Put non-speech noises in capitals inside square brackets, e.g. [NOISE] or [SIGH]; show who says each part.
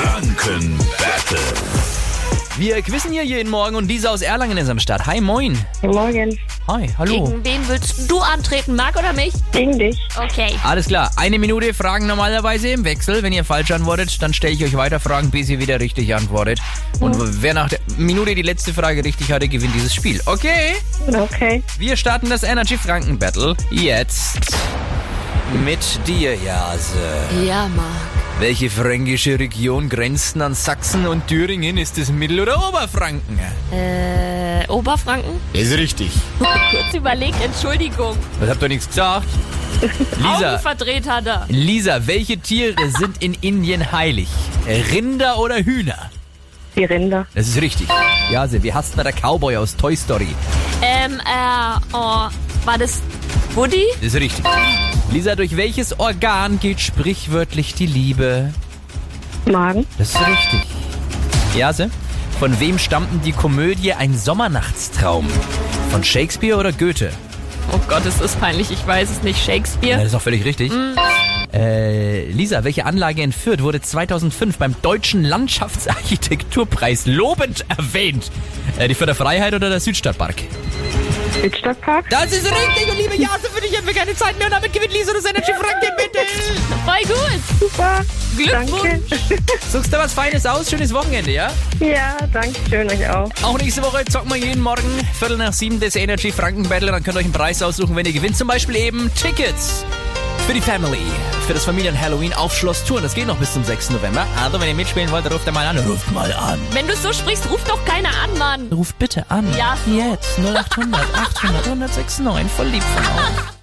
Speaker 1: Franken Battle.
Speaker 2: Wir quizzen hier jeden Morgen und Lisa aus Erlangen ist am Start. Hi, moin.
Speaker 3: Guten Morgen.
Speaker 2: Hi, hallo.
Speaker 4: Gegen wen willst du antreten, Marc oder mich?
Speaker 3: Gegen dich.
Speaker 4: Okay.
Speaker 2: Alles klar, eine Minute Fragen normalerweise im Wechsel. Wenn ihr falsch antwortet, dann stelle ich euch weiter Fragen, bis ihr wieder richtig antwortet. Und wer nach der Minute die letzte Frage richtig hatte, gewinnt dieses Spiel. Okay,
Speaker 3: Okay.
Speaker 2: wir starten das Energy Franken Battle jetzt mit dir, Jase.
Speaker 4: Ja, Marc.
Speaker 2: Welche fränkische Region grenzt an Sachsen und Thüringen? Ist es Mittel- oder Oberfranken?
Speaker 4: Äh, Oberfranken?
Speaker 1: Ist richtig.
Speaker 4: Kurz überlegt, Entschuldigung.
Speaker 2: Was habt ihr nichts gesagt?
Speaker 4: Augen
Speaker 2: Lisa,
Speaker 4: verdreht hat er.
Speaker 2: Lisa, welche Tiere sind in Indien heilig? Rinder oder Hühner?
Speaker 3: Die Rinder.
Speaker 2: Das ist richtig. Jase, wie hasst denn der Cowboy aus Toy Story?
Speaker 4: Ähm, äh, oh, war das Woody?
Speaker 2: Das ist richtig. Lisa, durch welches Organ geht sprichwörtlich die Liebe?
Speaker 3: Magen.
Speaker 2: Das ist richtig. Jase, von wem stammten die Komödie Ein Sommernachtstraum? Von Shakespeare oder Goethe?
Speaker 4: Oh Gott, es ist peinlich, ich weiß es nicht.
Speaker 2: Ja, Mhm.
Speaker 4: Shakespeare?
Speaker 2: das ist doch völlig richtig. Äh, Lisa, welche Anlage in Fürth wurde 2005 beim Deutschen Landschaftsarchitekturpreis lobend erwähnt? Äh, die Fürther Freiheit oder der Südstadtpark?
Speaker 3: Südstadtpark.
Speaker 2: Das ist richtig und liebe Jase, für dich haben wir keine Zeit mehr und damit gewinnt Lisa das Energy Franken bitte.
Speaker 4: Voll gut.
Speaker 3: Super. Danke. [LAUGHS]
Speaker 4: Glückwunsch.
Speaker 2: Suchst du was Feines aus, schönes Wochenende, ja?
Speaker 3: Ja, danke schön euch auch.
Speaker 2: Auch nächste Woche zocken wir jeden Morgen Viertel nach sieben das Energy Franken Battle. Dann könnt ihr euch einen Preis aussuchen, wenn ihr gewinnt. Zum Beispiel eben Tickets für die Family, für das Familien-Halloween auf Schloss Touren. Das geht noch bis zum 6. November. Also, wenn ihr mitspielen wollt, ruft mal an. Ruft mal an.
Speaker 4: Wenn du so sprichst, ruft doch keiner an, Mann.
Speaker 2: Ruft bitte an.
Speaker 4: Ja.
Speaker 2: Jetzt. 0800 800 1069. Voll lieb von euch.